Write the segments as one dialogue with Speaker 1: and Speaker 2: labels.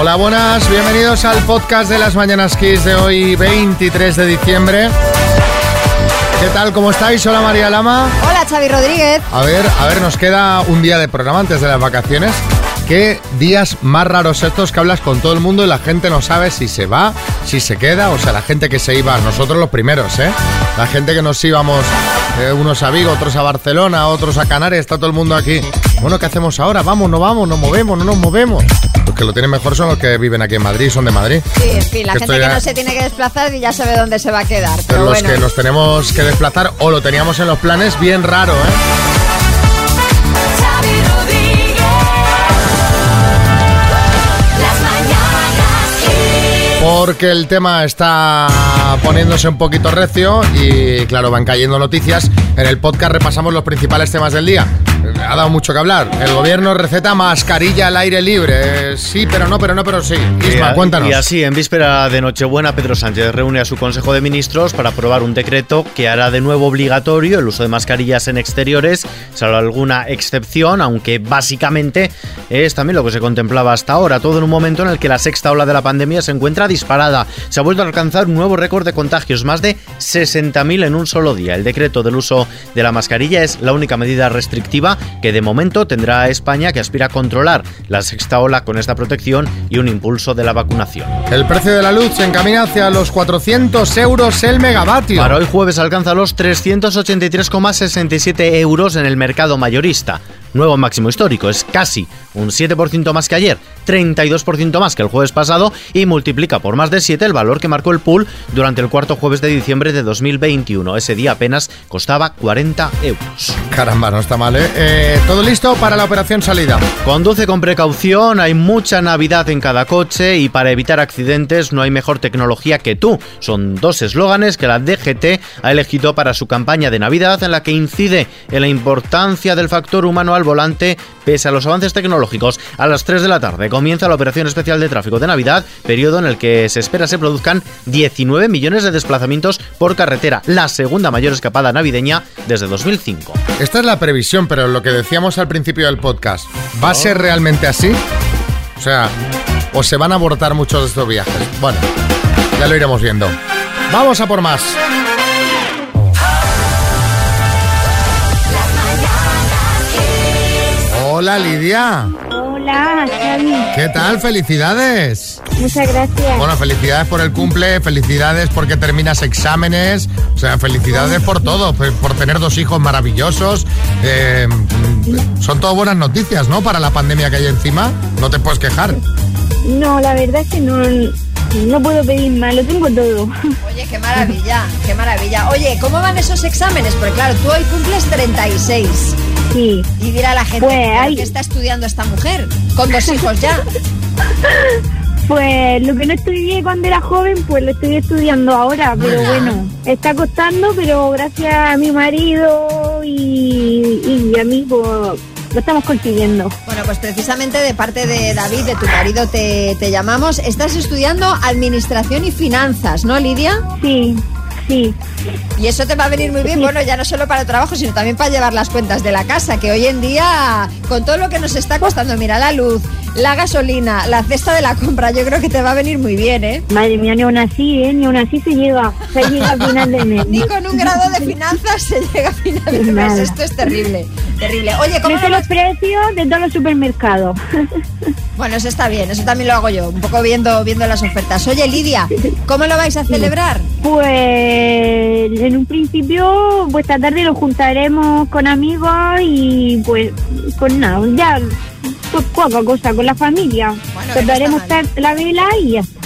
Speaker 1: Hola, buenas, bienvenidos al podcast de las Mañanas Kiss de hoy, 23 de diciembre. ¿Qué tal? ¿Cómo estáis? Hola María Lama.
Speaker 2: Hola Xavi Rodríguez.
Speaker 1: A ver, a ver, nos queda un día de programa antes de las vacaciones. Qué días más raros estos que hablas con todo el mundo y la gente no sabe si se va, si se queda, o sea, la gente que se iba, nosotros los primeros, ¿eh? La gente que nos íbamos, eh, unos a Vigo, otros a Barcelona, otros a Canarias, está todo el mundo aquí. Bueno, ¿qué hacemos ahora? Vamos, no vamos, nos movemos, no nos movemos. Los que lo tienen mejor son los que viven aquí en Madrid, son de Madrid.
Speaker 2: Sí, en fin, la
Speaker 1: Que
Speaker 2: gente
Speaker 1: estoy
Speaker 2: que
Speaker 1: a-
Speaker 2: no se tiene que desplazar y ya sabe dónde se va a quedar.
Speaker 1: Pero
Speaker 2: Pero
Speaker 1: los
Speaker 2: bueno,
Speaker 1: que nos tenemos que desplazar o lo teníamos en los planes, bien raro, ¿eh?
Speaker 3: Xavi Rodríguez. Las mañanas Kiss.
Speaker 1: Porque el tema está poniéndose un poquito recio y claro, van cayendo noticias. En el podcast repasamos los principales temas del día. Eh, Ha dado mucho que hablar. El gobierno receta mascarilla al aire libre. Eh, sí, pero no, pero no, pero sí. Isma,
Speaker 4: Y a-
Speaker 1: cuéntanos.
Speaker 4: Y así, en víspera de Nochebuena, Pedro Sánchez reúne a su Consejo de Ministros para aprobar un decreto que hará de nuevo obligatorio el uso de mascarillas en exteriores, salvo alguna excepción, aunque básicamente es también lo que se contemplaba hasta ahora, todo en un momento en el que la sexta ola de la pandemia se encuentra disparada. Se ha vuelto a alcanzar un nuevo récord de contagios, más de 60.000 en un solo día. El decreto del uso de la mascarilla es la única medida restrictiva que de momento tendrá España, que aspira a controlar la sexta ola con esta protección y un impulso de la vacunación.
Speaker 1: El precio de la luz se encamina hacia los 400 euros el megavatio.
Speaker 4: Para hoy jueves alcanza los 383,67 euros en el mercado mayorista. Nuevo máximo histórico, es casi un 7% más que ayer, 32% más que el jueves pasado y multiplica por más de 7 el valor que marcó el pool durante el cuarto jueves de diciembre de 2021. Ese día apenas costaba 40 euros.
Speaker 1: Caramba, no está mal, ¿eh? Eh, Todo listo para la operación salida.
Speaker 4: Conduce con precaución, hay mucha Navidad en cada coche y para evitar accidentes no hay mejor tecnología que tú. Son dos eslóganes que la DGT ha elegido para su campaña de Navidad en la que incide en la importancia del factor humano al volante pese a los avances tecnológicos. A las 3 de la tarde comienza la operación especial de tráfico de Navidad, periodo en el que se espera se produzcan 19 millones de desplazamientos por carretera, la segunda mayor escapada navideña desde 2005.
Speaker 1: Esta es la previsión, pero lo que decíamos al principio del podcast, ¿va a ser realmente así? O sea, ¿o se van a abortar muchos de estos viajes? Bueno, ya lo iremos viendo. Vamos a por más. Hola Lidia,
Speaker 5: Hola, Xavi.
Speaker 1: ¿qué tal? Felicidades.
Speaker 5: Muchas gracias.
Speaker 1: Bueno, felicidades por el cumple, felicidades porque terminas exámenes, o sea, felicidades por todo, por, por tener dos hijos maravillosos. Eh, mm, son todas buenas noticias, ¿no? Para la pandemia que hay encima, no te puedes quejar.
Speaker 5: No, la verdad es que no, no puedo pedir más, lo tengo todo.
Speaker 2: oye, qué maravilla, qué maravilla. Oye, ¿cómo van esos exámenes? Porque claro, tú hoy cumples 36.
Speaker 5: Sí.
Speaker 2: Y dirá la gente
Speaker 5: Pues,
Speaker 2: "¿Pero
Speaker 5: ay.
Speaker 2: qué está estudiando esta mujer con dos hijos ya.
Speaker 5: Pues lo que no estudié cuando era joven, pues lo estoy estudiando ahora, pero bueno, está costando, pero gracias a mi marido y, y a mí, pues lo estamos consiguiendo.
Speaker 2: Bueno, pues precisamente de parte de David, de tu marido, te, te llamamos. Estás estudiando administración y finanzas, ¿no, Lidia?
Speaker 5: Sí, sí.
Speaker 2: Y eso te va a venir muy bien, bueno, ya no solo para el trabajo, sino también para llevar las cuentas de la casa, que hoy en día, con todo lo que nos está costando, mira, la luz, la gasolina, la cesta de la compra, yo creo que te va a venir muy bien, ¿eh?
Speaker 5: Madre mía, ni aún así, ¿eh? Ni aún así se llega. Se llega al final de mes.
Speaker 2: Ni con un grado de finanzas se llega a final de mes,
Speaker 5: Nada.
Speaker 2: esto es terrible, terrible. Oye, ¿cómo
Speaker 5: Me sé
Speaker 2: van
Speaker 5: los precios de todos los supermercados.
Speaker 2: Bueno, eso está bien, eso también lo hago yo, un poco viendo, viendo las ofertas. Oye, Lidia, ¿cómo lo vais a celebrar?
Speaker 5: Pues en un principio, pues esta tarde lo juntaremos con amigos y pues, pues nada, ya pues poca cosa con la familia.
Speaker 2: Bueno, que no
Speaker 5: Cortaremos
Speaker 2: está mal.
Speaker 5: tar- la vela y ya está.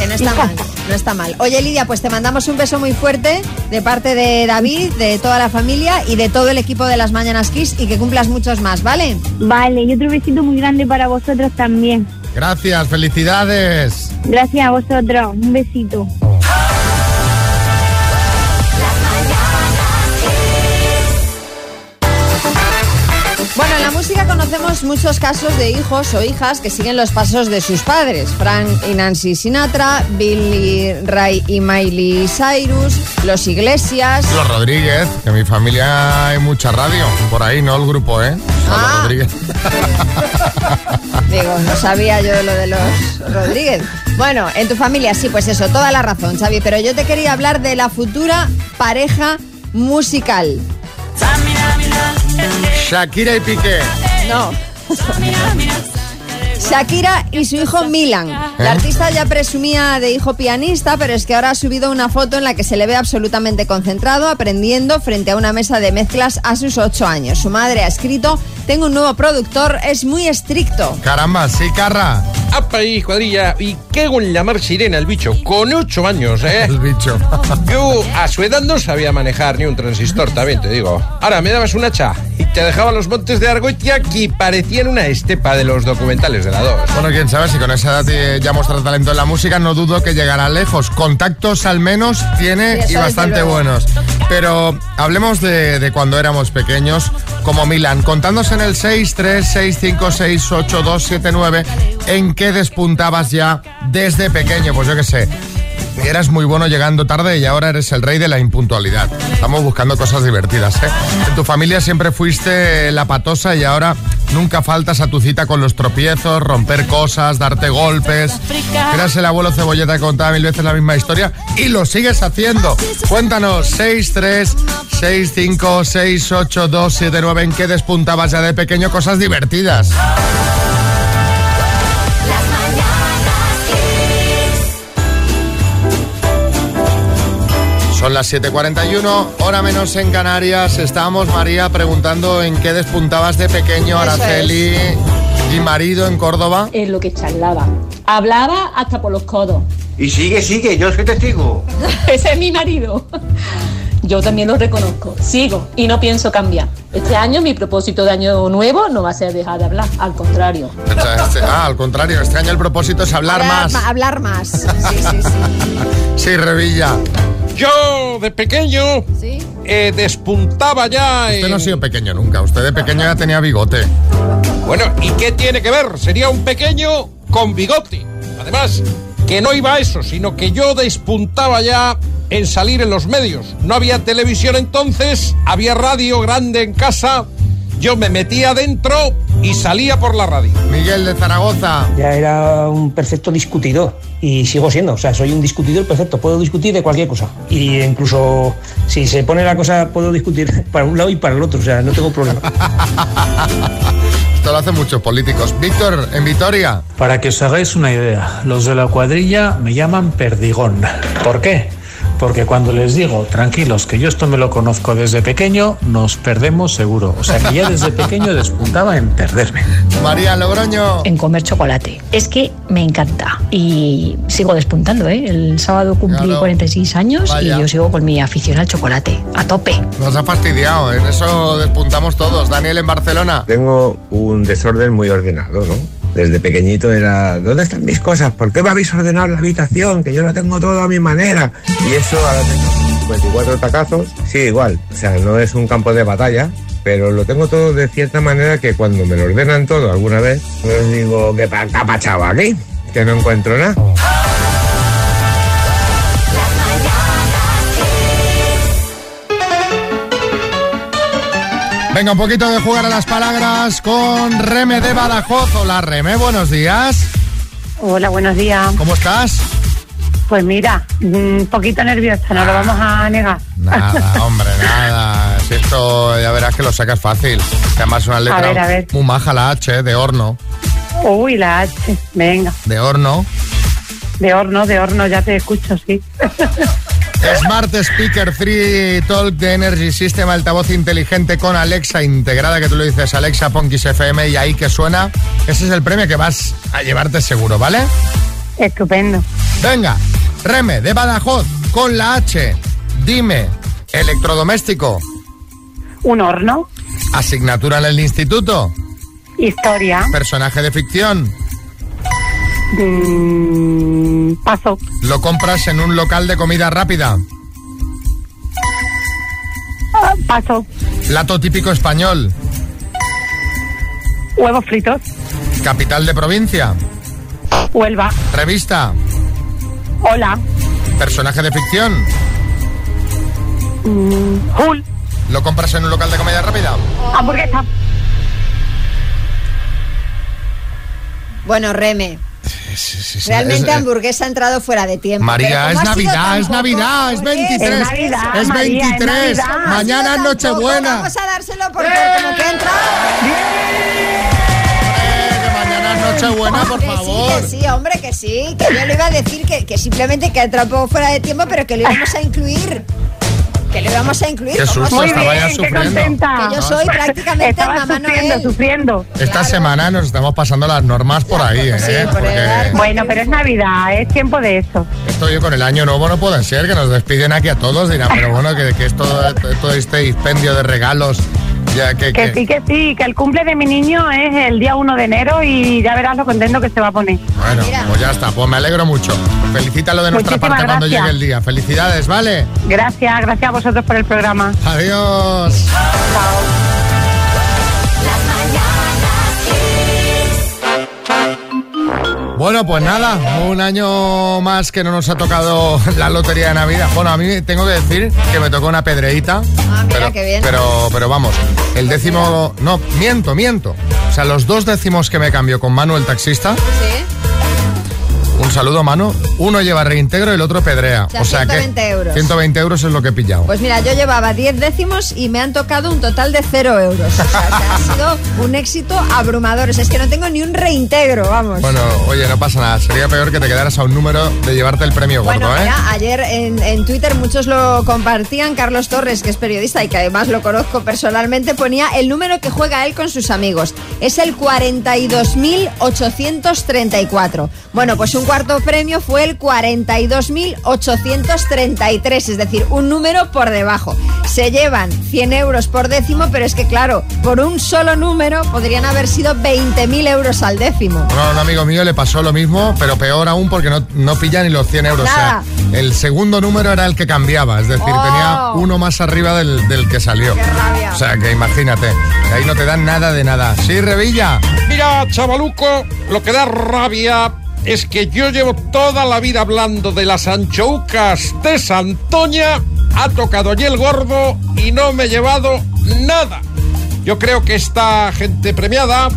Speaker 2: Que no está mal, no está mal. Oye, Lidia, pues te mandamos un beso muy fuerte de parte de David, de toda la familia y de todo el equipo de las Mañanas Kiss y que cumplas muchos más, ¿vale?
Speaker 5: Vale, y otro besito muy grande para vosotros también.
Speaker 1: Gracias, felicidades.
Speaker 5: Gracias a vosotros, un besito.
Speaker 2: Bueno, en la música conocemos conocemos muchos casos de hijos o hijas que siguen los pasos de sus padres. Frank y Nancy Sinatra, Billy Ray y Miley Cyrus, Los Iglesias.
Speaker 1: Los Rodríguez, que en mi familia hay mucha radio. Por ahí, no el grupo, ¿eh? O sea,
Speaker 2: Ah.
Speaker 1: Los Rodríguez.
Speaker 2: Digo, no sabía yo lo de los Rodríguez. Bueno, en tu familia sí, pues eso, toda la razón, Xavi. Pero yo te quería hablar de la futura pareja musical.
Speaker 1: Shakira y Piqué.
Speaker 2: No. Shakira y su hijo Milan.
Speaker 1: ¿Eh?
Speaker 2: La artista ya presumía de hijo pianista, pero es que ahora ha subido una foto en la que se le ve absolutamente concentrado, aprendiendo frente a una mesa de mezclas a sus ocho años. Su madre ha escrito, tengo un nuevo productor, es muy estricto.
Speaker 1: Caramba, sí, Carra.
Speaker 6: ¡Apa ahí, cuadrilla! Y cago en la mar sirena el bicho, con ocho años, ¿eh?
Speaker 1: El bicho.
Speaker 6: Yo a su edad no sabía manejar ni un transistor, también te digo. Ahora me dabas un hacha y te dejaba los montes de Argotia que parecían una estepa de los documentales de la 2.
Speaker 1: Bueno, quién sabe, si con esa edad eh, ya muestra talento en la música, no dudo que llegará lejos. Contactos al menos
Speaker 2: Sí,
Speaker 1: tiene
Speaker 2: eso
Speaker 1: y
Speaker 2: desde
Speaker 1: bastante
Speaker 2: luego.
Speaker 1: buenos. Pero hablemos de, de cuando éramos pequeños, como Milan. Contándose en el 636568279, ¿en qué despuntabas ya desde pequeño? Pues yo qué sé. Eras muy bueno llegando tarde y ahora eres el rey de la impuntualidad. Estamos buscando cosas divertidas, ¿eh? En tu familia siempre fuiste la patosa y ahora nunca faltas a tu cita con los tropiezos, romper cosas, darte golpes. Eras el abuelo cebolleta que contaba mil veces la misma historia y lo sigues haciendo. Cuéntanos, 636568279, ¿en qué despuntabas ya de pequeño cosas divertidas?
Speaker 3: Las mañanas Kiss.
Speaker 1: Son las 7.41, hora menos en Canarias. Estábamos, María, preguntando en qué despuntabas de pequeño,
Speaker 2: Eso
Speaker 1: Araceli y marido en Córdoba.
Speaker 7: en lo que charlaba. Hablaba hasta por los codos.
Speaker 8: Y sigue, sigue, yo soy testigo.
Speaker 7: Ese es mi marido. Yo también lo reconozco. Sigo y no pienso cambiar. Este año mi propósito de año nuevo no va a ser dejar de hablar, al contrario.
Speaker 1: O sea, este- ah, al contrario, este año el propósito es hablar más.
Speaker 2: ma- hablar más. Sí, sí, sí.
Speaker 1: Sí, Revilla.
Speaker 6: Yo, de pequeño,
Speaker 2: ¿Sí?
Speaker 6: eh, despuntaba ya
Speaker 1: Usted
Speaker 6: en...
Speaker 1: no ha sido pequeño nunca, usted de pequeño ya tenía bigote.
Speaker 6: Bueno, ¿y qué tiene que ver? Sería un pequeño con bigote. Además, que no iba a eso, sino que yo despuntaba ya en salir en los medios. No había televisión entonces, había radio grande en casa. Yo me metía adentro y salía por la radio.
Speaker 1: Miguel de Zaragoza.
Speaker 9: Ya era un perfecto discutidor y sigo siendo, o sea, soy un discutidor perfecto, puedo discutir de cualquier cosa. Y incluso si se pone la cosa, puedo discutir para un lado y para el otro, o sea, no tengo problema.
Speaker 1: Esto lo hacen muchos políticos. Víctor, en Vitoria.
Speaker 10: Para que os hagáis una idea, los de la cuadrilla me llaman perdigón. ¿Por qué? Porque cuando les digo, tranquilos, que yo esto me lo conozco desde pequeño, nos perdemos seguro. O sea que ya desde pequeño despuntaba en perderme.
Speaker 1: María Logroño.
Speaker 11: en comer chocolate. Es que me encanta y sigo despuntando, ¿eh? El sábado cumplí
Speaker 1: Claro.
Speaker 11: 46 años
Speaker 1: Vaya.
Speaker 11: y yo sigo con mi afición al chocolate, a tope.
Speaker 1: Nos ha fastidiado, en eso despuntamos todos. Daniel en Barcelona.
Speaker 8: Tengo un desorden muy ordenado, ¿no? Desde pequeñito era, ¿dónde están mis cosas? ¿Por qué me habéis ordenado la habitación? Que yo lo tengo todo a mi manera. Y eso ahora tengo 54 tacazos. Sí, igual. O sea, no es un campo de batalla, pero lo tengo todo de cierta manera que cuando me lo ordenan todo alguna vez, pues digo, ¿qué pa- qué ha pachado aquí? Que no encuentro nada.
Speaker 3: Las mañanas Kiss.
Speaker 1: Venga, un poquito de jugar a las palabras con Reme de Badajoz. Hola Reme, buenos días.
Speaker 5: Hola, buenos días.
Speaker 1: ¿Cómo estás?
Speaker 5: Pues mira, un poquito nerviosa, no lo vamos a negar.
Speaker 1: Ah. Nada, hombre, nada. Si esto ya verás que lo sacas fácil. Que Además una letra
Speaker 5: ver, a ver.
Speaker 1: muy maja la H, de horno.
Speaker 5: Uy, la H, venga,
Speaker 1: De horno.
Speaker 5: de horno, de horno, ya te escucho, sí.
Speaker 1: Smart Speaker 3 Talk de Energy System, altavoz inteligente con Alexa integrada, que tú le dices Alexa, pon Kiss FM y ahí que suena. Ese es el premio que vas a llevarte seguro, ¿vale?
Speaker 5: Estupendo.
Speaker 1: Venga, Reme de Badajoz con la H. Dime, electrodoméstico,
Speaker 5: Un horno,
Speaker 1: asignatura en el instituto,
Speaker 5: historia,
Speaker 1: personaje de ficción,
Speaker 5: mm, paso,
Speaker 1: lo compras en un local de comida rápida,
Speaker 5: ah, paso,
Speaker 1: plato típico español,
Speaker 12: Huevos fritos.
Speaker 1: Capital de provincia.
Speaker 12: Huelva.
Speaker 1: Revista.
Speaker 12: Hola.
Speaker 1: Personaje de ficción.
Speaker 12: Hul.
Speaker 1: ¿Lo compras en un local de comida rápida?
Speaker 12: Hamburguesa.
Speaker 2: Bueno, Reme.
Speaker 1: es-
Speaker 2: Realmente
Speaker 1: es- eh,
Speaker 2: hamburguesa ha entrado fuera de tiempo.
Speaker 1: María,
Speaker 2: pero
Speaker 1: es
Speaker 2: como ha sido
Speaker 1: Navidad,
Speaker 2: tan
Speaker 1: es
Speaker 2: poco,
Speaker 1: Navidad, es
Speaker 2: ¿por qué?
Speaker 1: 23. Es 23. Mañana es
Speaker 2: Ha sido tan poco,
Speaker 1: Nochebuena. ¡Eh!
Speaker 2: Vamos a dárselo por por como que ha entrado.
Speaker 1: Mañana es Nochebuena, por
Speaker 2: Que
Speaker 1: favor.
Speaker 2: Sí, que sí, hombre, que sí. Que yo le iba a decir que, que simplemente que ha entrado un poco fuera de tiempo, pero que lo íbamos a incluir. Que lo íbamos a incluir.
Speaker 1: Qué
Speaker 2: ¿Cómo
Speaker 1: susto,
Speaker 2: no?
Speaker 1: estaba Ah, ya sufriendo.
Speaker 2: Que yo soy prácticamente
Speaker 12: Estaba
Speaker 2: mamá
Speaker 12: sufriendo,
Speaker 2: Noel.
Speaker 12: sufriendo.
Speaker 1: Esta semana nos estamos pasando las normas por ahí, ¿eh? Porque
Speaker 12: Bueno, pero es Navidad, es tiempo de eso.
Speaker 1: esto yo con el año nuevo no puede ser, que nos despiden aquí a todos. Dirán, pero bueno, que, que esto, todo este dispendio de regalos, ya que...
Speaker 12: Que
Speaker 1: que-
Speaker 12: sí, que sí, que el cumple de mi niño es el día 1 de enero y ya verás lo contento que se va a poner.
Speaker 1: Bueno, pues ya está, pues me alegro mucho. Felicítalo de nuestra
Speaker 12: Muchísimas
Speaker 1: parte cuando
Speaker 12: gracias.
Speaker 1: llegue el día. Felicidades, ¿vale?
Speaker 12: Gracias, gracias a vosotros por el programa.
Speaker 1: Adiós. Bueno, pues nada, un año más que no nos ha tocado la lotería de Navidad. Bueno, a mí tengo que decir que me tocó una pedreíta.
Speaker 2: Ah, mira
Speaker 1: pero,
Speaker 2: qué bien.
Speaker 1: Pero, pero vamos, el décimo... No, miento, miento. O sea, los dos décimos que me cambió con Manu, el taxista,
Speaker 2: Sí,
Speaker 1: un saludo, Manu, uno lleva reintegro y el otro pedrea.
Speaker 2: O sea, 120
Speaker 1: que
Speaker 2: euros.
Speaker 1: 120 euros es lo que he pillado.
Speaker 2: Pues mira, yo llevaba 10 décimos y me han tocado un total de 0 euros. O sea, que ha sido un éxito abrumador. O sea, es que no tengo ni un reintegro, vamos.
Speaker 1: Bueno, oye, no pasa nada. Sería peor que te quedaras a un número de llevarte el premio gordo,
Speaker 2: Bueno,
Speaker 1: ¿eh?
Speaker 2: mira, ayer en, en Twitter muchos lo compartían. Carlos Torres, que es periodista y que además lo conozco personalmente, ponía el número que juega él con sus amigos. Es el 42.834. Bueno, pues un cuarto premio fue el 42.833, es decir, un número por debajo. Se llevan 100 euros por décimo, pero es que claro, por un solo número podrían haber sido 20.000 euros al décimo.
Speaker 1: Bueno, a un amigo mío le pasó lo mismo, pero peor aún porque no, no pilla ni los 100 euros.
Speaker 2: Nada.
Speaker 1: O sea, el segundo número era el que cambiaba, es decir,
Speaker 2: Oh.
Speaker 1: tenía uno más arriba del, del que salió. O sea, que imagínate, ahí no te dan nada de nada. Sí, Revilla.
Speaker 6: Mira, chavaluco, lo que da rabia es que yo llevo toda la vida hablando de las anchoucas de Santoña. Ha tocado allí el gordo y no me he llevado nada. Yo creo que esta gente premiada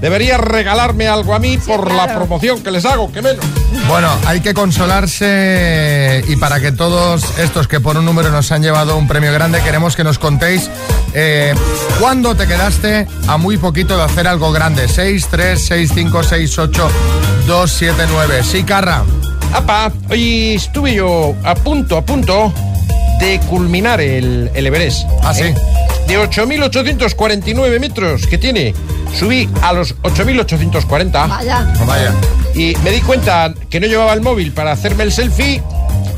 Speaker 6: debería regalarme algo a mí por la promoción que les hago, que menos.
Speaker 1: Bueno, hay que consolarse y para que todos estos que por un número nos han llevado un premio grande, queremos que nos contéis eh, cuándo te quedaste a muy poquito de hacer algo grande. 6, 3, 6, 5, 6, 8, 2, 7, 9. Sí, Carra.
Speaker 6: Apa, hoy estuve yo a punto, a punto de culminar el, el Everest. ¿eh?
Speaker 1: Ah, sí.
Speaker 6: De 8.849 metros que tiene, subí a los 8.840.
Speaker 2: Vaya.
Speaker 1: Vaya.
Speaker 6: Y me di cuenta que no llevaba el móvil para hacerme el selfie.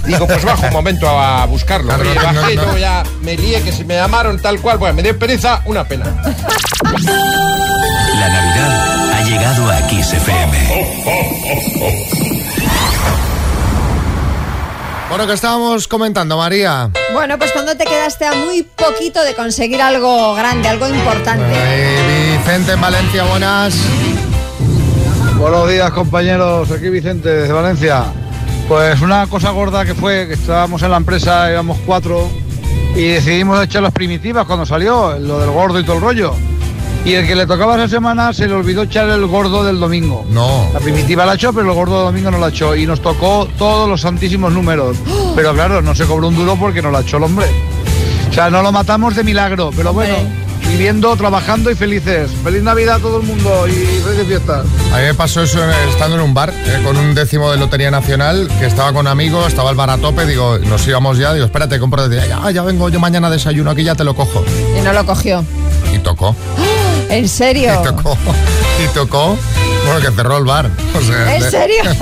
Speaker 6: Digo, pues bajo un momento a buscarlo.
Speaker 1: Claro,
Speaker 6: Oye,
Speaker 1: no, no,
Speaker 6: bajé,
Speaker 1: no.
Speaker 6: luego ya me lié, que si me llamaron tal cual, bueno, me dio pereza, una pena.
Speaker 13: La Navidad ha llegado a Kiss FM.
Speaker 1: Bueno, que estábamos comentando, María.
Speaker 2: Bueno, pues cuando te quedaste a muy poquito de conseguir algo grande, algo importante.
Speaker 1: Eh, Vicente en Valencia, buenas.
Speaker 14: Buenos días compañeros, aquí Vicente desde Valencia. Pues una cosa gorda que fue que estábamos en la empresa, éramos cuatro, y decidimos echar las primitivas cuando salió, lo del gordo y todo el rollo. Y el que le tocaba esa semana se le olvidó echar el gordo del domingo.
Speaker 1: No.
Speaker 14: La primitiva la echó, pero el gordo del domingo no la echó. Y nos tocó todos los santísimos números. Pero claro, no se cobró un duro porque no la echó el hombre. O sea, no lo matamos de milagro, pero bueno, viviendo, trabajando y felices. Feliz Navidad a todo el mundo y felices fiestas.
Speaker 1: A mí me pasó eso eh, estando en un bar eh, con un décimo de Lotería Nacional, que estaba con amigos, estaba el bar a tope, digo, nos íbamos ya, digo, espérate, compro, decía, ya, ya vengo yo mañana a desayuno, aquí ya te lo cojo.
Speaker 2: Y no lo cogió.
Speaker 1: Y tocó,
Speaker 2: ¿En serio?
Speaker 1: y tocó, y tocó, bueno, que cerró el bar. O sea,
Speaker 2: ¿En
Speaker 1: de-
Speaker 2: serio?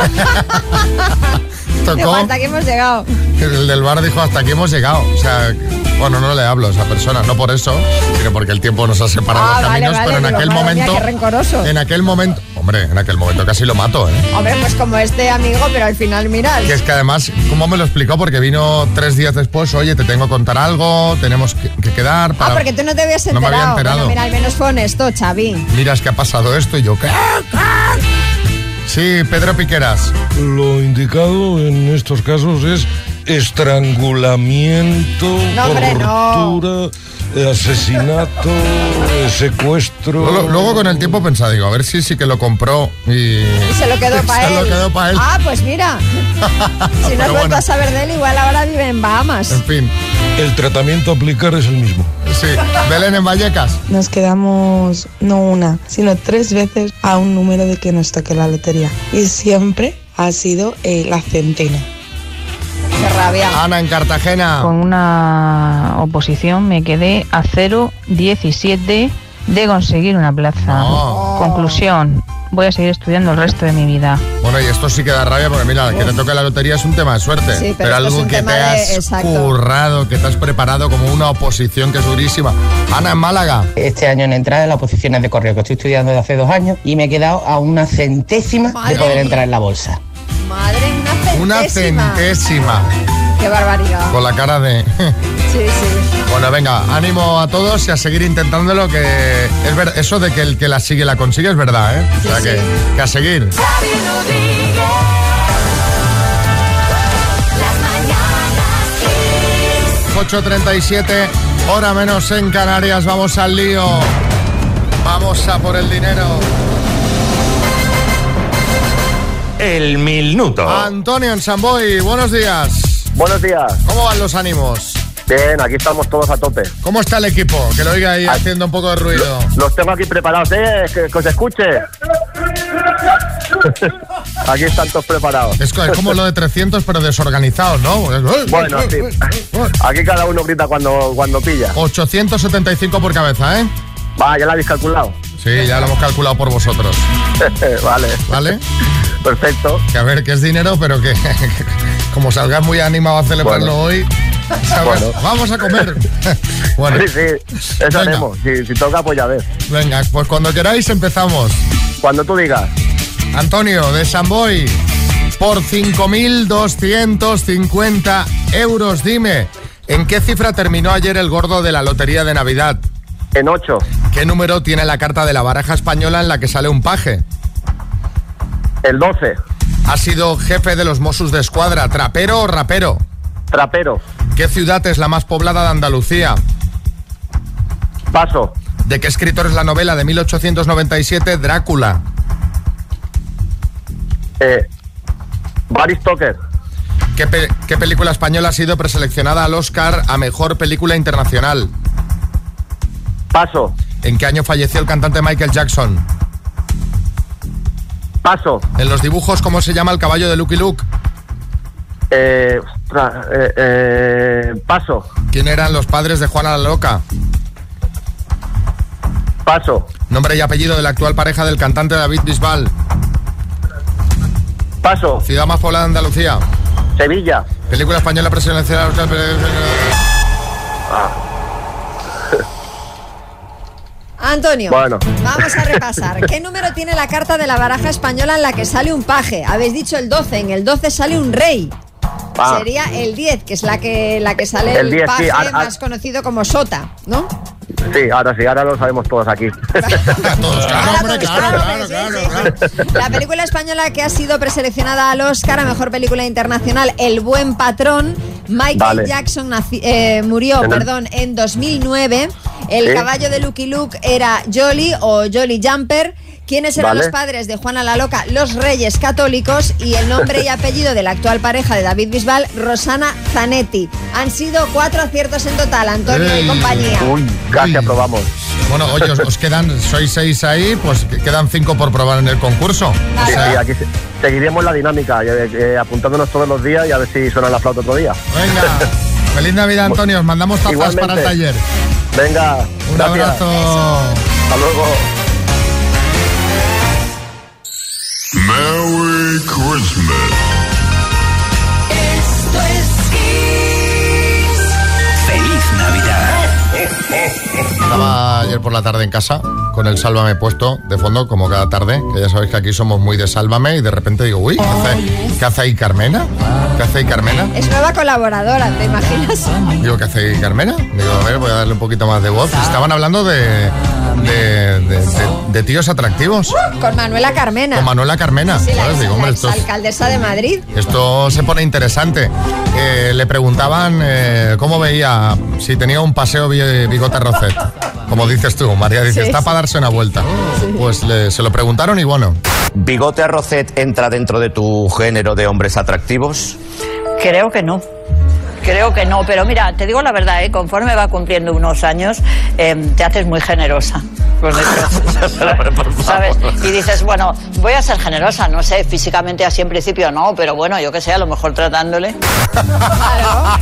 Speaker 1: Tocó,
Speaker 2: Hasta aquí hemos llegado.
Speaker 1: el del bar dijo, hasta aquí hemos llegado. O sea, bueno, no le hablo a esa persona, no por eso, sino porque el tiempo nos ha separado
Speaker 2: Ah,
Speaker 1: los
Speaker 2: vale,
Speaker 1: caminos,
Speaker 2: vale,
Speaker 1: pero en
Speaker 2: digo,
Speaker 1: aquel
Speaker 2: madre mía,
Speaker 1: momento...
Speaker 2: qué rencoroso.
Speaker 1: En aquel momento, hombre, hombre, en aquel momento casi lo mato, ¿eh?
Speaker 2: Hombre, pues como este amigo, pero al final mirad.
Speaker 1: Que es que además, ¿cómo me lo explicó? Porque vino tres días después, oye, te tengo que contar algo, tenemos que, que quedar para...
Speaker 2: Ah, porque tú no te habías
Speaker 1: No
Speaker 2: enterado.
Speaker 1: me había enterado.
Speaker 2: Bueno, mira, al menos fue honesto, Xavi.
Speaker 1: Mira, es que ha pasado esto y yo, ¿qué? Sí, Pedro Piqueras.
Speaker 15: Lo indicado en estos casos es estrangulamiento,
Speaker 2: No, hombre, no.
Speaker 15: tortura, eh, asesinato, eh, secuestro.
Speaker 1: Luego, luego con el tiempo pensaba, digo, a ver si sí que lo compró y...
Speaker 2: Y se lo quedó para él.
Speaker 1: Se lo quedó para él.
Speaker 2: Ah, pues mira. si no has
Speaker 15: Pero
Speaker 2: vuelto
Speaker 15: bueno.
Speaker 2: a saber de él, igual ahora vive en Bahamas.
Speaker 1: fin.
Speaker 15: El tratamiento a aplicar es el mismo.
Speaker 1: Sí. Belén en Vallecas.
Speaker 16: Nos quedamos no una, sino tres veces a un número de que nos toque la lotería. Y siempre ha sido eh, la centena.
Speaker 2: Qué rabia.
Speaker 1: Ana en Cartagena.
Speaker 17: Con una oposición me quedé a 0,17 de conseguir una plaza. Ah,
Speaker 1: Ah.
Speaker 17: Conclusión, voy a seguir estudiando el resto de mi vida.
Speaker 1: Bueno, y esto sí que da rabia porque mira, que te toque la lotería es un tema de suerte.
Speaker 17: Sí, pero esto es
Speaker 1: algo
Speaker 17: un
Speaker 1: que
Speaker 17: tema
Speaker 1: te
Speaker 17: de-
Speaker 1: has
Speaker 17: exacto.
Speaker 1: currado, que te has preparado como una oposición que es durísima. Ana en Málaga.
Speaker 18: Este año en entrada en las posiciones de correo que estoy estudiando desde hace dos años y me he quedado a una centésima
Speaker 2: Madre
Speaker 18: de poder
Speaker 2: mía.
Speaker 18: entrar en la bolsa.
Speaker 2: Madre, una
Speaker 1: Una
Speaker 2: centésima.
Speaker 1: centésima.
Speaker 2: Qué barbaridad.
Speaker 1: Con la cara de...
Speaker 2: Sí, sí.
Speaker 1: Bueno, venga, ánimo a todos y a seguir intentándolo, que es ver, eso de que el que la sigue la consigue es verdad, ¿eh? O sea,
Speaker 3: Sí,
Speaker 1: que,
Speaker 3: sí.
Speaker 1: que a seguir.
Speaker 3: Xavi Rodríguez. Las mañanas Kiss.
Speaker 1: 8.37, hora menos en Canarias, vamos al lío. Vamos a por el dinero.
Speaker 13: El minuto.
Speaker 19: Oh.
Speaker 14: Ah,
Speaker 1: Antonio en Samboy, buenos días.
Speaker 19: Buenos días.
Speaker 1: ¿Cómo van los ánimos?
Speaker 19: Bien, aquí estamos todos a tope.
Speaker 1: ¿Cómo está el equipo? Que lo oiga ahí haciendo un poco de ruido.
Speaker 19: Los tengo aquí preparados, ¿eh? Que, que os escuche. aquí están todos preparados.
Speaker 1: Es, co- es como lo de 300, pero desorganizados, ¿no?
Speaker 19: Bueno, sí. Aquí cada uno grita cuando, cuando pilla.
Speaker 1: 875 por cabeza, ¿eh?
Speaker 19: Va, ya lo habéis calculado.
Speaker 1: Sí, ya lo hemos calculado por vosotros.
Speaker 19: vale.
Speaker 1: ¿Vale?
Speaker 19: Perfecto.
Speaker 1: Que a ver, que es dinero, pero que como salgas muy animado a celebrarlo
Speaker 19: Bueno.
Speaker 1: hoy, ¿sabes?
Speaker 19: Bueno.
Speaker 1: Vamos a comer. Bueno.
Speaker 19: Sí, sí. Eso haremos. Si, si toca, pues ya ves.
Speaker 1: Venga, pues cuando queráis empezamos.
Speaker 19: Cuando tú digas.
Speaker 1: Antonio, de Samboy, por 5.250 euros, dime, ¿en qué cifra terminó ayer el gordo de la Lotería de Navidad?
Speaker 19: En 8.
Speaker 1: ¿Qué número tiene la carta de la baraja española en la que sale un paje?
Speaker 19: El 12.
Speaker 1: ¿Ha sido jefe de los Mossos de Escuadra, trapero o rapero?
Speaker 19: Trapero.
Speaker 1: ¿Qué ciudad es la más poblada de Andalucía?
Speaker 19: Paso.
Speaker 1: ¿De qué escritor es la novela de 1897 Drácula?
Speaker 19: Eh, Barry Stoker.
Speaker 1: ¿Qué, pe- qué película española ha sido preseleccionada al Oscar a Mejor Película Internacional?
Speaker 19: Paso.
Speaker 1: ¿En qué año falleció el cantante Michael Jackson?
Speaker 19: Paso.
Speaker 1: En los dibujos, ¿cómo se llama el caballo de Lucky Luke?
Speaker 19: Eh, ostra, eh, eh, paso.
Speaker 1: ¿Quién eran los padres de Juana la Loca?
Speaker 19: Paso.
Speaker 1: Nombre y apellido de la actual pareja del cantante David Bisbal.
Speaker 19: Paso.
Speaker 1: Ciudad más poblada de Andalucía.
Speaker 19: Sevilla.
Speaker 1: Película española presidencial.
Speaker 2: Antonio,
Speaker 1: Bueno.
Speaker 2: vamos a repasar. ¿Qué número tiene la carta de la baraja española en la que sale un paje? Habéis dicho el 12, en el 12 sale un rey.
Speaker 19: Ah.
Speaker 2: Sería el 10, que es la que, la que sale el,
Speaker 19: El 10, sí,
Speaker 2: paje
Speaker 19: ahora-
Speaker 2: más conocido como sota, ¿no?
Speaker 19: Sí, ahora sí, ahora lo sabemos todos aquí.
Speaker 2: La película española que ha sido preseleccionada al Oscar a Mejor Película Internacional, El Buen Patrón. Michael
Speaker 19: Vale.
Speaker 2: Jackson naci- eh, murió
Speaker 19: En el-
Speaker 2: perdón, en 2009. El
Speaker 19: Sí.
Speaker 2: caballo de Lucky Luke era Jolly o Jolly Jumper. ¿Quiénes eran
Speaker 19: Vale.
Speaker 2: los padres de Juana la Loca? Los Reyes Católicos y el nombre y apellido de la actual pareja de David Bisbal, Rosana Zanetti. Han sido cuatro aciertos en total, Antonio y compañía.
Speaker 19: Uy, casi aprobamos.
Speaker 1: Bueno, oye, os, os quedan, sois seis ahí, pues que- quedan cinco por probar en el concurso. O
Speaker 19: Sí,
Speaker 1: sea,
Speaker 19: sí, aquí se- seguiremos la dinámica, eh, eh, apuntándonos todos los días y a ver si suena la flauta otro día.
Speaker 1: venga, feliz Navidad, Antonio. Os mandamos tazas
Speaker 19: Igualmente.
Speaker 1: para el taller.
Speaker 19: Venga,
Speaker 1: Un
Speaker 19: gracias.
Speaker 1: abrazo.
Speaker 19: Hasta luego.
Speaker 13: Merry Christmas.
Speaker 3: Esto es Kiss.
Speaker 13: Feliz Navidad.
Speaker 1: Estaba ayer por la tarde en casa con el Sálvame puesto de fondo, como cada tarde, que ya sabéis que aquí somos muy de Sálvame y de repente digo, uy, ¿qué hace, qué hace ahí Carmena? ¿Qué hace ahí Carmena?
Speaker 2: Es nueva colaboradora, ¿te imaginas?
Speaker 1: Digo, ¿qué hace Carmena? Digo, a ver, voy a darle un poquito más de voz. Estaban hablando de, de, de- de- de tíos atractivos.
Speaker 2: Con Manuela Carmena.
Speaker 1: Con Manuela Carmena.
Speaker 2: Sí, la,
Speaker 1: ¿sabes? Digo, hombre, esto, es-
Speaker 2: alcaldesa de Madrid.
Speaker 1: esto se pone interesante. Eh, le preguntaban eh, cómo veía, si tenía un paseo bi- Bigota Rocet. Como dices tú, María dice,
Speaker 20: Sí,
Speaker 1: está
Speaker 20: sí.
Speaker 1: para darse una vuelta. Pues le- se lo preguntaron y bueno.
Speaker 20: ¿Bigote Rocet entra dentro de tu género de hombres atractivos?
Speaker 21: Creo que no. Creo que no, pero mira, te digo la verdad, ¿eh? conforme va cumpliendo unos años, eh, te haces muy generosa. con esto. ¿Sabes? Y dices, bueno, voy a ser generosa, no sé, físicamente así en principio no, pero bueno, yo que sé, a lo mejor tratándole.
Speaker 1: Ah.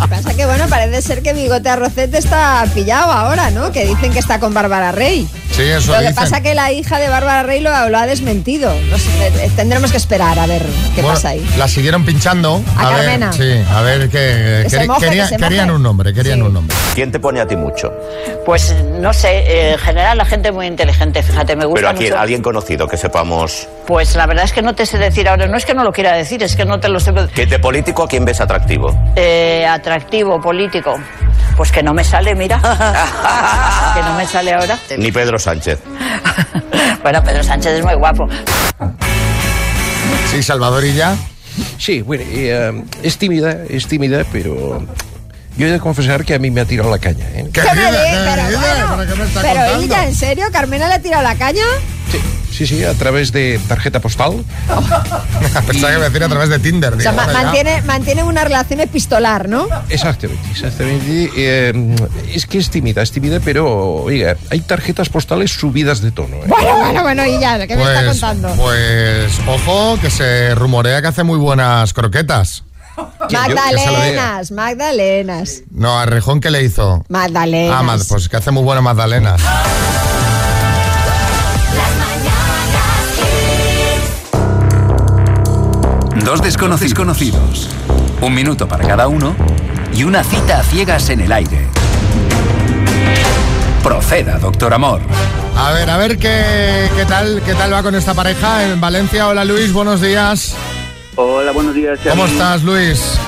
Speaker 2: Lo que pasa que, bueno, parece ser que Bigote Arrocete está pillado ahora, ¿no? Que dicen que está con Bárbara Rey.
Speaker 1: Sí, eso
Speaker 2: lo que
Speaker 1: dicen.
Speaker 2: pasa que la hija de Bárbara Rey lo, lo ha desmentido. No sé, eh, tendremos que esperar a ver qué
Speaker 1: Bueno,
Speaker 2: pasa ahí.
Speaker 1: La siguieron pinchando.
Speaker 2: A
Speaker 1: ver,
Speaker 2: Carmena.
Speaker 1: sí, a ver qué.
Speaker 2: Que se
Speaker 1: queri-
Speaker 2: moje, que
Speaker 1: quería-
Speaker 2: se
Speaker 1: querían
Speaker 2: moje.
Speaker 1: un nombre, querían un nombre.
Speaker 20: ¿Quién te pone a ti mucho?
Speaker 21: Pues no sé, eh, en general la gente es muy inteligente, fíjate, me gusta
Speaker 20: Pero a
Speaker 21: mucho.
Speaker 20: quién, alguien conocido que sepamos.
Speaker 21: Pues la verdad es que no te sé decir ahora, no es que no lo quiera decir, es que no te lo sé.
Speaker 20: ¿Que de político a quién ves atractivo?
Speaker 21: Eh, atractivo, político. Pues que no me sale, mira. que no me sale ahora.
Speaker 20: Ni Pedro Sánchez.
Speaker 21: Bueno, Pedro Sánchez es muy guapo.
Speaker 1: Sí, Salvador y ya.
Speaker 6: Sí, bueno, eh, um, es tímida, es tímida, pero yo he de confesar que a mí me ha tirado la caña. ¿eh?
Speaker 2: ¿Qué me di- pero bueno, pero ella, ¿en serio? ¿Carmena le ha tirado la caña?
Speaker 6: Sí, sí, a través de tarjeta postal.
Speaker 1: Pensaba que me decir a través de Tinder.
Speaker 2: O sea, ma- mantiene, mantiene una relación epistolar, ¿no?
Speaker 6: Exactamente, exactamente. Eh, es que es tímida, es tímida, pero oiga, hay tarjetas postales subidas de tono. ¿eh?
Speaker 2: Bueno, bueno, bueno, y ya, ¿qué me está
Speaker 1: Pues,
Speaker 2: contando?
Speaker 1: pues, ojo, que se rumorea que hace muy buenas croquetas. Que se lo diga.
Speaker 2: Magdalenas, Magdalenas,
Speaker 1: No, a Rejón, ¿qué le hizo?
Speaker 2: Magdalenas.
Speaker 1: Ah, Mad- pues que hace muy buenas magdalenas.
Speaker 22: Dos desconocidos conocidos. Un minuto para cada uno y una cita a ciegas en el aire. Proceda, doctor Amor.
Speaker 1: A ver, a ver qué, qué tal, qué tal va con esta pareja en Valencia. Hola Luis, buenos días.
Speaker 23: Hola, buenos días. Xavi.
Speaker 1: ¿Cómo estás, Luis?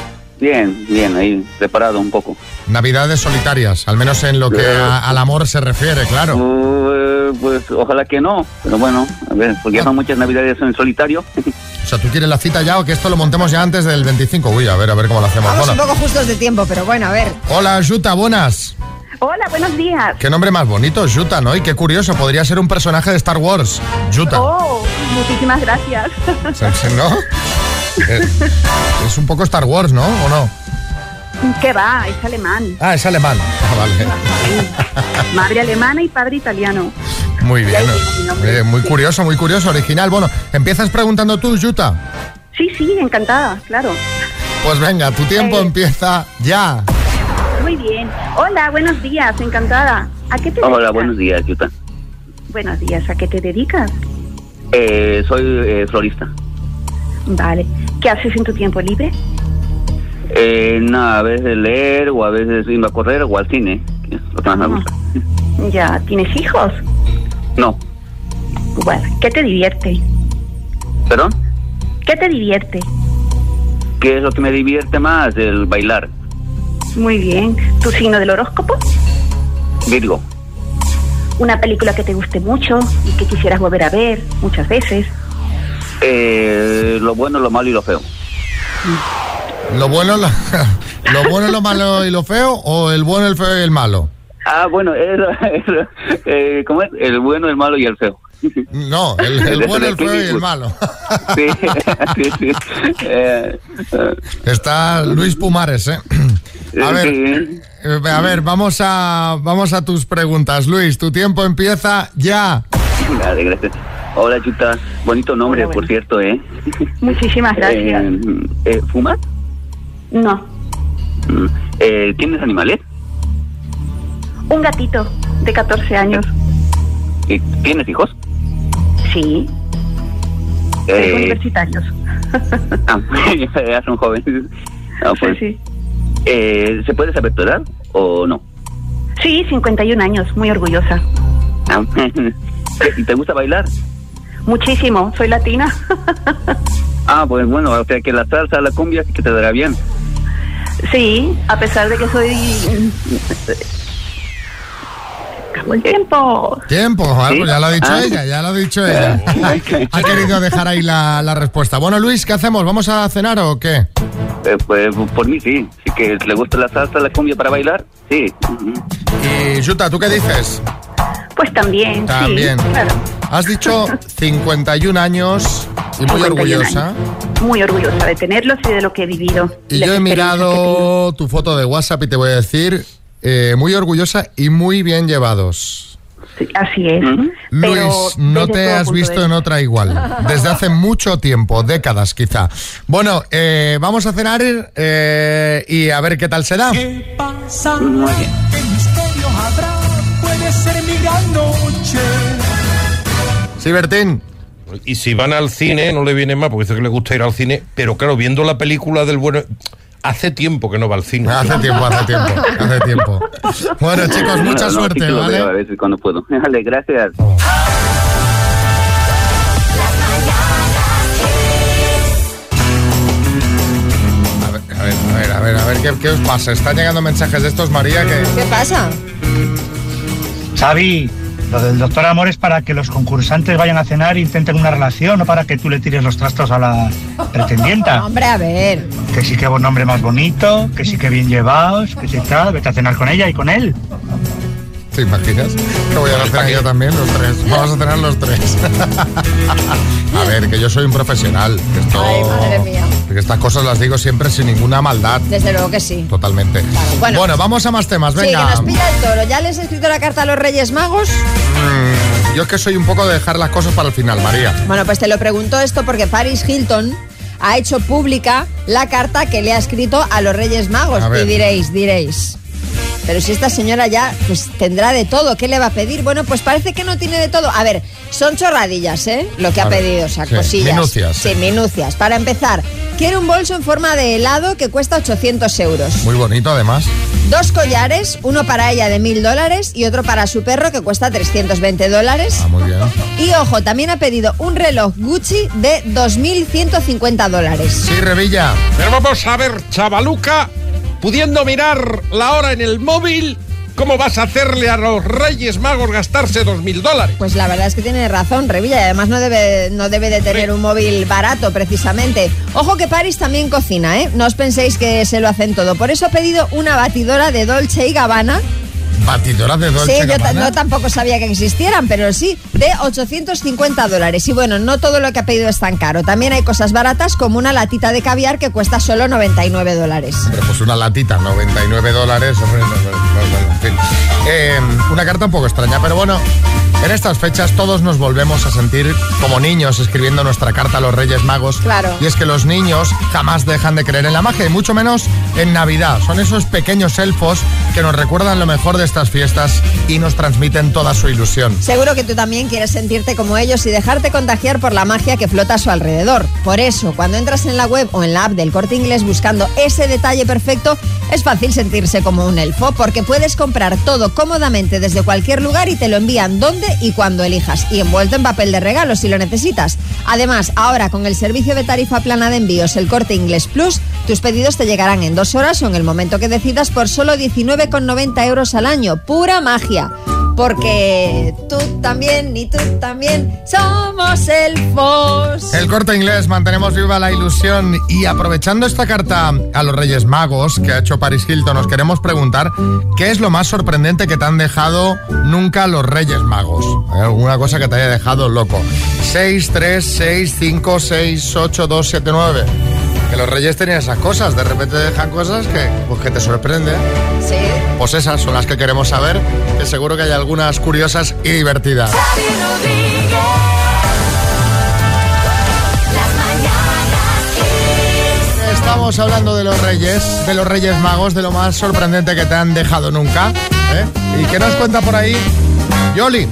Speaker 23: Bien, bien, ahí preparado un poco.
Speaker 1: Navidades solitarias, al menos en lo que a- al amor se refiere, claro.
Speaker 23: Eh, pues ojalá que no, pero bueno, a ver, porque ya son muchas navidades en solitario.
Speaker 1: O sea, ¿tú quieres la cita ya o que esto lo montemos ya antes del 25? Uy, a ver, a ver cómo lo hacemos.
Speaker 2: Vamos un
Speaker 1: Hola,
Speaker 2: poco justos de tiempo, pero bueno, a ver.
Speaker 1: Hola Yuta, buenas.
Speaker 24: Hola, buenos días.
Speaker 1: Qué nombre más bonito, Yuta, ¿no? Y qué curioso, podría ser un personaje de Star Wars. Yuta.
Speaker 24: Oh, muchísimas gracias.
Speaker 1: ¿No? Eh, Es un poco Star Wars, ¿no? ¿O no?
Speaker 24: ¿Qué va? Es alemán.
Speaker 1: Ah, es alemán. Ah, vale.
Speaker 24: Madre alemana y padre italiano.
Speaker 1: Muy bien.
Speaker 24: mi nombre.
Speaker 1: Eh, muy curioso, muy curioso, original. Bueno, empiezas preguntando tú, Yuta.
Speaker 24: Sí, sí, encantada, claro.
Speaker 1: Pues venga, tu tiempo empieza ya.
Speaker 24: Muy bien. Hola, buenos días, encantada. ¿A qué te
Speaker 23: Hola, buenos días, Yuta.
Speaker 24: Buenos días, ¿a qué te dedicas?
Speaker 23: Eh, soy eh, florista.
Speaker 24: Vale. ¿Qué haces en tu tiempo libre?
Speaker 23: Eh, nada, a veces leer o a veces irme a correr o al cine, que es lo que más me gusta.
Speaker 24: Ya, ¿tienes hijos?
Speaker 23: No,
Speaker 24: Bueno, ¿qué te divierte?
Speaker 23: perdón,
Speaker 24: ¿Qué te divierte?
Speaker 23: ¿qué es lo que me divierte más? El bailar,
Speaker 24: Muy bien. ¿Tu signo del horóscopo?
Speaker 23: Virgo.
Speaker 24: ¿Una película que te guste mucho y que quisieras volver a ver muchas veces?
Speaker 23: Eh, lo bueno, lo malo y lo feo.
Speaker 1: Lo bueno, lo, lo bueno, lo malo y lo feo, o el bueno, el feo y el malo.
Speaker 23: Ah, bueno, es, es- eh, ¿cómo es? El bueno, el malo y el feo.
Speaker 1: No, el, el bueno, el feo y el malo.
Speaker 23: Sí, sí, sí. Eh,
Speaker 1: Está Luis Pumares, ¿eh? A ver,
Speaker 23: Sí.
Speaker 1: eh, a ver, vamos a, vamos a tus preguntas, Luis. Tu tiempo empieza ya.
Speaker 23: Vale, gracias. Hola, Chuta. Bonito nombre, por cierto, ¿eh?
Speaker 24: Muchísimas gracias.
Speaker 23: Eh, eh, ¿Fumas?
Speaker 24: No.
Speaker 23: Mm. Eh, ¿Tienes animales?
Speaker 24: Un gatito de 14 años.
Speaker 23: Eh, ¿Tienes hijos?
Speaker 24: Sí, es
Speaker 23: Eh,
Speaker 24: universitarios.
Speaker 23: ah, eres un joven. Ah, pues, eh, ¿Se puede saber tu edad o no?
Speaker 24: Sí, Sí, 51 años, muy orgullosa.
Speaker 23: Ah, ¿Y te gusta bailar?
Speaker 24: Muchísimo, soy latina.
Speaker 23: Ah, pues bueno, o sea que la salsa, la cumbia, sí que te dará bien.
Speaker 24: Sí, a pesar de que soy... Acabó el tiempo.
Speaker 1: Tiempo, ah,
Speaker 23: ¿Sí?
Speaker 1: pues ya lo ha dicho
Speaker 23: Ah.
Speaker 1: ella, ya lo ha dicho ella. Ha querido dejar ahí la, la respuesta. Bueno, Luis, ¿qué hacemos? ¿Vamos a cenar o qué?
Speaker 23: Eh, pues por mí sí. Así que le gusta la salsa, la cumbia para bailar, sí.
Speaker 1: Y Eh, Yuta, ¿tú qué dices?
Speaker 24: Pues también. sí,
Speaker 1: También.
Speaker 24: claro.
Speaker 1: Has dicho 51 años y muy
Speaker 24: 51
Speaker 1: orgullosa.
Speaker 24: años. Muy orgullosa de tenerlos y de lo que he vivido.
Speaker 1: Y
Speaker 24: Las
Speaker 1: yo he
Speaker 24: experiencias
Speaker 1: mirado tu foto de WhatsApp y te voy a decir, eh, muy orgullosa y muy bien llevados.
Speaker 24: que- Así es. Pero
Speaker 1: Luis, no
Speaker 24: desde
Speaker 1: te
Speaker 24: todo
Speaker 1: has
Speaker 24: punto
Speaker 1: visto
Speaker 24: de-
Speaker 1: en otra igual, desde hace mucho tiempo, décadas quizá. Bueno, eh, vamos a cenar eh, y a ver qué tal se da.
Speaker 3: Pasa ¿Qué misterio habrá? Puede ser mi gran noche.
Speaker 1: Sí, Bertín.
Speaker 6: Y si van al cine, no le viene más, porque dice que le gusta ir al cine, pero claro, viendo la película del bueno... Hace tiempo que no va al cine.
Speaker 1: Hace tiempo, hace tiempo, hace tiempo. Bueno, chicos,
Speaker 23: No,
Speaker 1: mucha
Speaker 23: no, sí
Speaker 1: suerte,
Speaker 23: que lo
Speaker 1: ¿vale?
Speaker 23: veo a veces cuando puedo. Vale, gracias.
Speaker 1: A ver, a ver, a ver, a ver, a ver, ¿qué, qué os pasa? Están llegando mensajes de estos, María, que...
Speaker 2: ¿Qué pasa?
Speaker 4: Xavi, lo del doctor amor es para que los concursantes vayan a cenar e intenten una relación, no para que tú le tires los trastos a la pretendienta.
Speaker 2: Hombre, a ver.
Speaker 4: Que sí que un hombre más bonito, que sí que bien llevados, que sí tal, vete a cenar con ella y con él.
Speaker 1: ¿Te imaginas? Que voy a cenar yo también, los tres. Vamos a cenar los tres. a ver, que yo soy un profesional. que Esto,
Speaker 2: Ay, madre mía.
Speaker 1: que estas cosas las digo siempre sin ninguna maldad.
Speaker 2: Desde luego que sí.
Speaker 1: Totalmente.
Speaker 2: bueno.
Speaker 1: Bueno, vamos a más temas,
Speaker 2: Sí, que
Speaker 1: venga.
Speaker 2: nos pilla el toro. ¿Ya les he escrito la carta a los Reyes Magos?
Speaker 1: Mm, yo es que soy un poco de dejar las cosas para el final, María.
Speaker 2: Bueno, pues te lo pregunto esto porque Paris Hilton ha hecho pública la carta que le ha escrito a los Reyes Magos.
Speaker 1: A ver.
Speaker 2: Y diréis, diréis. Pero si esta señora ya pues, tendrá de todo, ¿qué le va a pedir? Bueno, pues parece que no tiene de todo. A ver, son chorradillas, ¿eh? Lo que ha
Speaker 1: A ver,
Speaker 2: pedido, o sea,
Speaker 1: sí,
Speaker 2: cosillas.
Speaker 1: minucias,
Speaker 2: Sí, minucias. Para empezar, quiere un bolso en forma de helado que cuesta 800 euros.
Speaker 1: Muy bonito, además.
Speaker 2: Dos collares, uno para ella de mil dólares y otro para su perro que cuesta 320 dólares.
Speaker 1: Ah, Muy bien.
Speaker 2: Y ojo, también ha pedido un reloj Gucci de 2.150 dólares.
Speaker 1: Sí, Revilla.
Speaker 6: Pero vamos a ver, chavaluca, pudiendo mirar la hora en el móvil, ¿cómo vas a hacerle a los Reyes Magos gastarse dos mil dólares?
Speaker 2: Pues la verdad es que tiene razón, Revilla, y además no debe, no debe de tener un móvil barato, precisamente. Ojo que Paris también cocina, ¿eh? No os penséis que se lo hacen todo. Por eso ha pedido una batidora de Dolce y Gabbana.
Speaker 1: Batidoras de Dolce
Speaker 2: sí, yo ta-
Speaker 1: Gabbana.
Speaker 2: no tampoco sabía que existieran, pero sí, de 850 dólares. Y bueno, no todo lo que ha pedido es tan caro. También hay cosas baratas como una latita de caviar que cuesta solo 99 dólares.
Speaker 1: Hombre, pues una latita, 99 dólares. hombre, no, no, no, no, en fin. Eh, una carta un poco extraña, pero bueno, en estas fechas todos nos volvemos a sentir como niños escribiendo nuestra carta a los Reyes Magos.
Speaker 2: Claro.
Speaker 1: Y es que los niños jamás dejan de creer en la magia, y mucho menos en Navidad. Son esos pequeños elfos que nos recuerdan lo mejor de estas fiestas y nos transmiten toda su ilusión.
Speaker 2: Seguro que tú también quieres sentirte como ellos y dejarte contagiar por la magia que flota a su alrededor. Por eso, cuando entras en la web o en la app del Corte Inglés buscando ese detalle perfecto, es fácil sentirse como un elfo porque puedes comprar todo cómodamente desde cualquier lugar y te lo envían donde y cuando elijas y envuelto en papel de regalo si lo necesitas. Además, ahora con el servicio de tarifa plana de envíos El Corte Inglés Plus, tus pedidos te llegarán en dos horas o en el momento que decidas por solo 19,90 euros al año. Pura magia. Porque tú también y tú también somos elfos.
Speaker 1: El corte inglés, mantenemos viva la ilusión y aprovechando esta carta a los Reyes Magos que ha hecho Paris Hilton, nos queremos preguntar qué es lo más sorprendente que te han dejado nunca los Reyes Magos. ¿Hay alguna cosa que te haya dejado loco? 6, 3, 6, 5, 6, 8, 2, 7, 9. Que los Reyes tenían esas cosas, de repente dejan cosas que, pues que te sorprenden.
Speaker 2: Sí.
Speaker 1: Pues esas son las que queremos saber, que seguro que hay algunas curiosas y divertidas. Estamos hablando de los reyes, de los reyes magos, de lo más sorprendente que te han dejado nunca. ¿eh? ¿Y qué nos cuenta por ahí? Yoli.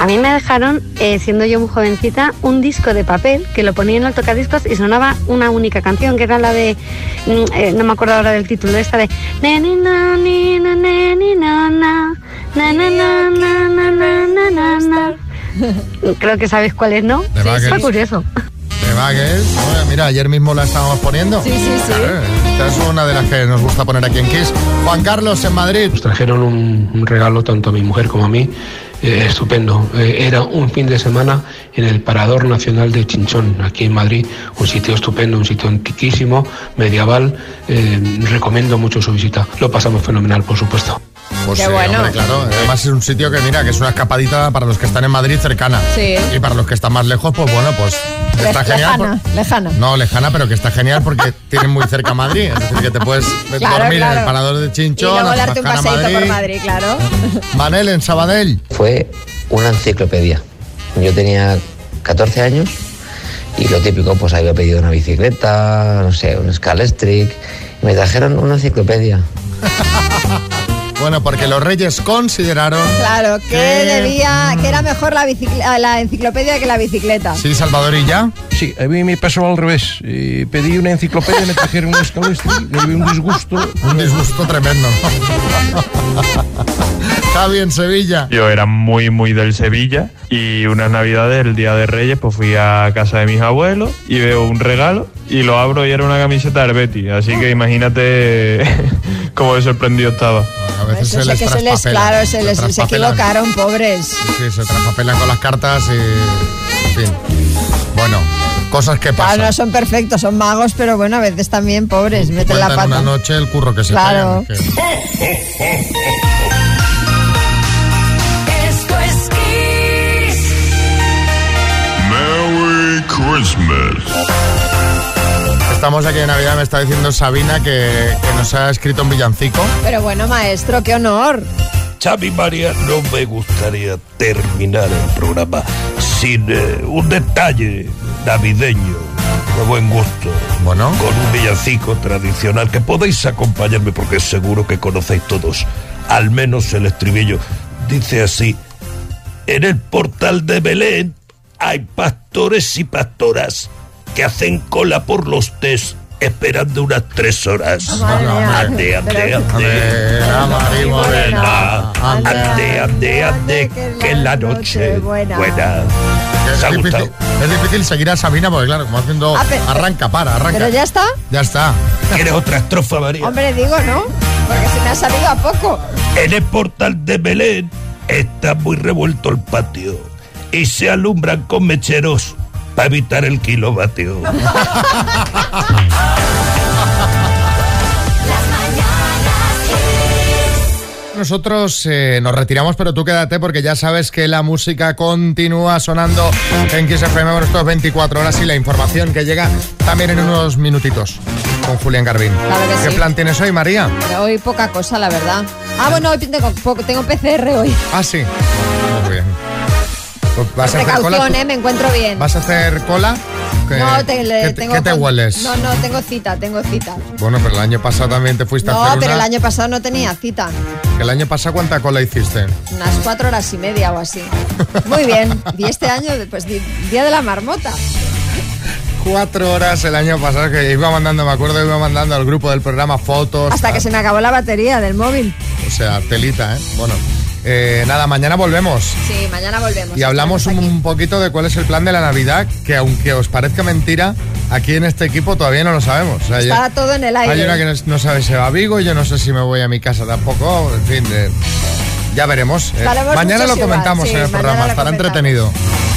Speaker 7: A mí me dejaron, eh, siendo yo muy jovencita, un disco de papel que lo ponía en el tocadiscos y sonaba una única canción, que era la de, mm, eh, no me acuerdo ahora del título, esta de... "Ne, ni, na, ni, na, ne, ni, na, Na, na, na, na, na, na, na, na, na. Creo que sabéis cuál es, ¿no?
Speaker 1: Buggers.
Speaker 7: Está curioso.
Speaker 1: De Buggers. Bueno, mira, ayer mismo la estábamos poniendo. Sí, sí, sí. esta es una de las que nos gusta poner aquí en Kiss. Juan Carlos en Madrid.
Speaker 8: Nos trajeron un, un regalo tanto a mi mujer como a mí. eh, estupendo. Eh, era un fin de semana en el Parador Nacional de Chinchón, aquí en Madrid. Un sitio estupendo, un sitio antiquísimo, medieval. Eh, recomiendo mucho su visita. Lo pasamos fenomenal, por supuesto.
Speaker 1: Pues sí, hombre, claro. Además es un sitio que mira, que es una escapadita para los que están en Madrid cercana.
Speaker 2: Sí.
Speaker 1: Y para los que están más lejos, pues bueno, pues está genial. por-
Speaker 2: lejana, lejana.
Speaker 1: No, lejana, pero que está genial porque tienen muy cerca Madrid. Es decir, que te puedes
Speaker 2: Claro,
Speaker 1: dormir en el
Speaker 2: claro.
Speaker 1: parador de
Speaker 2: Y
Speaker 1: Chinchón,
Speaker 2: luego darte un
Speaker 1: bajar a
Speaker 2: paseíto por Madrid, claro.
Speaker 1: Manel en Sabadell.
Speaker 9: Fue una enciclopedia. Yo tenía 14 años y lo típico, pues había pedido una bicicleta, no sé, un Scalestric. Y me trajeron una enciclopedia.
Speaker 1: Bueno, porque los reyes consideraron...
Speaker 2: Claro, que debía, que era mejor la, bicicl- la enciclopedia que la bicicleta.
Speaker 1: Sí, Salvador y ya.
Speaker 10: Sí, a mí me pasó al revés. Eh, pedí una enciclopedia, me trajeron un escalestri, me dio un disgusto.
Speaker 1: Un disgusto tremendo. Javi en Sevilla.
Speaker 11: Yo era muy, muy del Sevilla y unas navidades, el día de Reyes, pues fui a casa de mis abuelos y veo un regalo y lo abro y era una camiseta del Betis. Así que imagínate cómo de sorprendido estaba.
Speaker 1: A veces
Speaker 2: O sea, Pues que se les,
Speaker 1: ¿eh?
Speaker 2: claro, se les se
Speaker 1: traspapelan.
Speaker 2: equivocaron, pobres.
Speaker 1: Sí, se traspapelan con las cartas y... En fin. Bueno, cosas que pasan.
Speaker 2: Claro, no son perfectos, son magos, pero bueno, a veces también pobres, meten la
Speaker 1: Mm, Cuentan
Speaker 2: pata.
Speaker 1: una noche el curro que se
Speaker 2: Claro.
Speaker 1: pegan, que-
Speaker 3: Esto es Kiss.
Speaker 13: Merry Christmas.
Speaker 1: Estamos aquí en Navidad, me está diciendo Sabina que, que nos ha escrito un villancico.
Speaker 2: Pero bueno, maestro, qué honor.
Speaker 25: Xavi María, no me gustaría terminar el programa sin eh, un detalle navideño de buen gusto.
Speaker 1: Bueno.
Speaker 25: Con un villancico tradicional que podéis acompañarme porque seguro que conocéis todos. Al menos el estribillo. Dice así. En el portal de Belén hay pastores y pastoras que hacen cola por los test esperando unas tres horas. Ande, ande, ande.
Speaker 1: Mari
Speaker 25: Morena. Ande, ande, ande, que la noche
Speaker 2: buena.
Speaker 25: buena. ¿Os ha
Speaker 1: Es difícil,
Speaker 25: gustado?
Speaker 1: es difícil seguir a Sabina porque, claro, como haciendo.
Speaker 2: Ah, pero-
Speaker 1: arranca, para, arranca.
Speaker 2: ¿Pero ya está?
Speaker 1: Ya está.
Speaker 25: ¿Quieres otra estrofa, María?
Speaker 2: Hombre, digo, ¿no? Porque se me ha salido a poco.
Speaker 25: En el portal de Belén está muy revuelto el patio y se alumbran con mecheros para evitar el kilovatio.
Speaker 1: Nosotros eh, nos retiramos, pero tú quédate porque ya sabes que la música continúa sonando en XFM por estos 24 horas y la información que llega también en unos minutitos con Julián Garbín.
Speaker 2: Claro que
Speaker 1: ¿Qué
Speaker 2: sí.
Speaker 1: plan tienes hoy, María?
Speaker 2: Pero hoy poca cosa, la verdad. Ah, bueno, hoy tengo, poco- tengo PCR hoy.
Speaker 1: Ah, sí. Muy bien. Pues, ¿Vas a hacer cola?
Speaker 2: Precaución,
Speaker 1: tú?
Speaker 2: ¿eh? Me encuentro bien.
Speaker 1: ¿Vas a hacer cola? ¿Qué-
Speaker 2: no, te, le-
Speaker 1: qué te-
Speaker 2: tengo
Speaker 1: qué te
Speaker 2: con-
Speaker 1: hueles?
Speaker 2: No, no, tengo cita, tengo cita.
Speaker 1: Bueno, pero el año pasado también te fuiste a
Speaker 2: No,
Speaker 1: hacer
Speaker 2: pero el
Speaker 1: una-
Speaker 2: año pasado no tenía cita.
Speaker 1: que el año pasado cuánta cola hiciste?
Speaker 2: Unas cuatro horas y media o así. Muy bien. Y este año, pues, di- Día de la Marmota.
Speaker 1: Cuatro horas el año pasado que iba mandando, me acuerdo que iba mandando al grupo del programa fotos.
Speaker 2: Hasta que se me acabó la batería del móvil.
Speaker 1: O sea, telita, ¿eh? Bueno, eh, nada, mañana volvemos.
Speaker 2: Sí, mañana volvemos.
Speaker 1: Y hablamos un, un poquito de cuál es el plan de la Navidad, que aunque os parezca mentira, aquí en este equipo todavía no lo sabemos. O sea,
Speaker 2: Está
Speaker 1: yo-
Speaker 2: todo en el aire.
Speaker 1: Hay una que no, no sabe si va a Vigo, yo no sé si me voy a mi casa tampoco, en fin, eh, ya veremos. eh.
Speaker 2: Estaremos
Speaker 1: mañana
Speaker 2: muchos
Speaker 1: lo
Speaker 2: igual,
Speaker 1: comentamos
Speaker 2: sí,
Speaker 1: en el
Speaker 2: mañana
Speaker 1: programa,
Speaker 2: lo
Speaker 1: estará
Speaker 2: comentamos.
Speaker 1: entretenido.